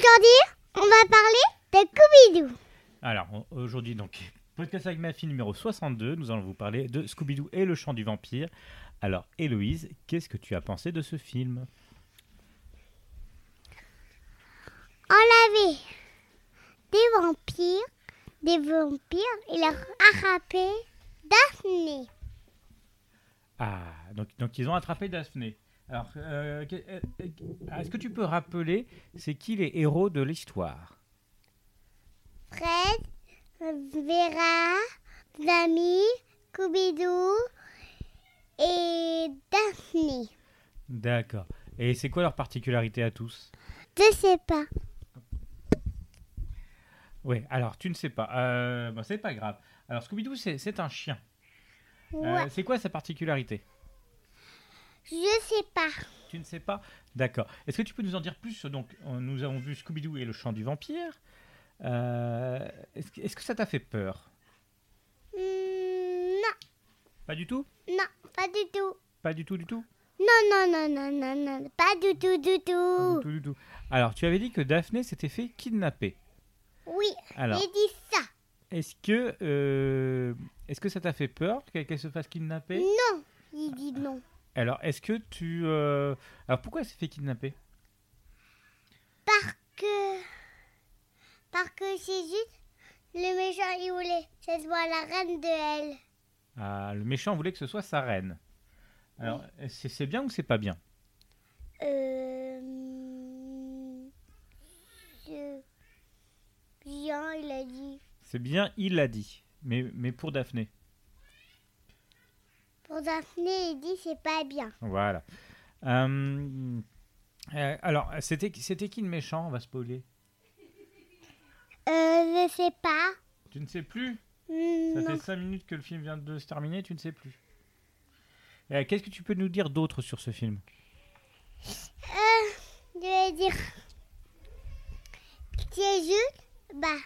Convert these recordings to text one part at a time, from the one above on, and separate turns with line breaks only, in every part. Aujourd'hui, on va parler de Scooby-Doo.
Alors, on- aujourd'hui, donc, podcast avec ma fille numéro 62, nous allons vous parler de Scooby-Doo et le chant du vampire. Alors, Héloïse, qu'est-ce que tu as pensé de ce film
On avait des vampires, des vampires, il a attrapé Daphné.
Ah, donc, donc ils ont attrapé Daphné. Alors, euh, que- euh, euh, est-ce que tu peux rappeler, c'est qui les héros de l'histoire
Fred, Vera, Zami, Scooby-Doo et Daphné.
D'accord. Et c'est quoi leur particularité à tous
Je sais pas.
Oui, alors, tu ne sais pas. Euh, bon, c'est pas grave. Alors, Scooby-Doo, c'est c'est un chien. Euh,
Ouais,
c'est quoi sa particularité
Je sais pas.
Tu ne sais pas D'accord. Est-ce que tu peux nous en dire plus Donc, on- nous avons vu Scooby-Doo et le chant du vampire. Euh, Est-ce que- est-ce que ça t'a fait peur
Hmm, non,
Pas du tout
non, pas du tout.
Pas du tout, du tout
Non, non, non, non, non, non, pas du tout, du
Pas
tout.
du tout, du tout. Alors, tu avais dit que Daphné s'était fait kidnapper.
Oui,
Alors,
j'ai dit ça.
est-ce que, euh, est-ce que ça t'a fait peur qu'elle qu'elle se fasse kidnapper
Non, il dit non.
Alors, est-ce que tu... euh, Alors, pourquoi elle s'est fait kidnapper
Parce que. Parce que c'est juste le méchant, il voulait cette soit la reine de elle.
Ah, Le méchant voulait que ce soit sa reine. Alors, c'est c'est bien ou c'est pas bien
Euh. je- Bien, il a dit.
C'est bien, il l'a dit. Mais, mais pour Daphné
Pour Daphné, il dit c'est pas bien.
Voilà. Euh, euh, alors, c'était c'était qui le méchant On va spoiler.
Euh, je sais pas.
Tu ne sais plus
Hmm,
Ça
non.
fait 5 minutes que le film vient de se terminer, tu ne sais plus. Euh, Qu'est-ce que tu peux nous dire d'autre sur ce film
Euh, je vais dire. C'est juste, bah,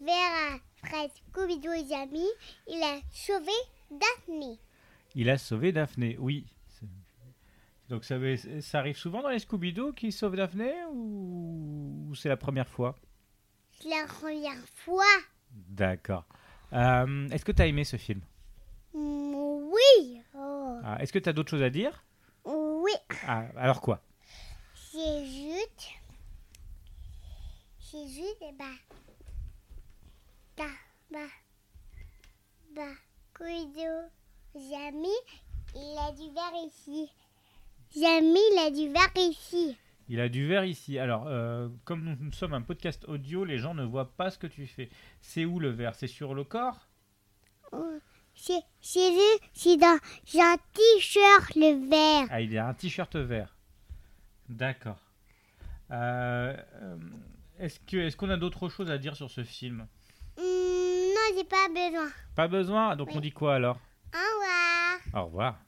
Vera, Fred, Scooby-Doo et Jamie, il a sauvé Daphné.
Il a sauvé Daphné, oui. C'est- Donc ça, va- ça arrive souvent dans les Scooby-Doo qui sauvent Daphné ou, ou c'est la première fois
C'est la première fois.
D'accord. Euh, Est-ce que tu as aimé ce film
Mm, Oui. Oh.
Ah, Est-ce que tu as d'autres choses à dire
Oui.
Ah, Alors quoi
C'est juste. C'est juste, et bah. Bah, bah. Bah. Kudo. Jamy, il a du verre ici. Jamy, il a du verre ici.
Il a du verre ici. Alors, euh, comme nous, nous sommes un podcast audio, les gens ne voient pas ce que tu fais. C'est où le verre C'est sur le corps
Oh, C'est c'est juste, c'est dans j'ai un t-shirt le verre.
Ah, il a un t-shirt vert. D'accord. Euh, euh, Est-ce que est-ce qu'on a d'autres choses à dire sur ce film
Mm, non, j'ai pas besoin.
Pas besoin. Donc
Oui.
on dit quoi alors
Au revoir.
Au revoir.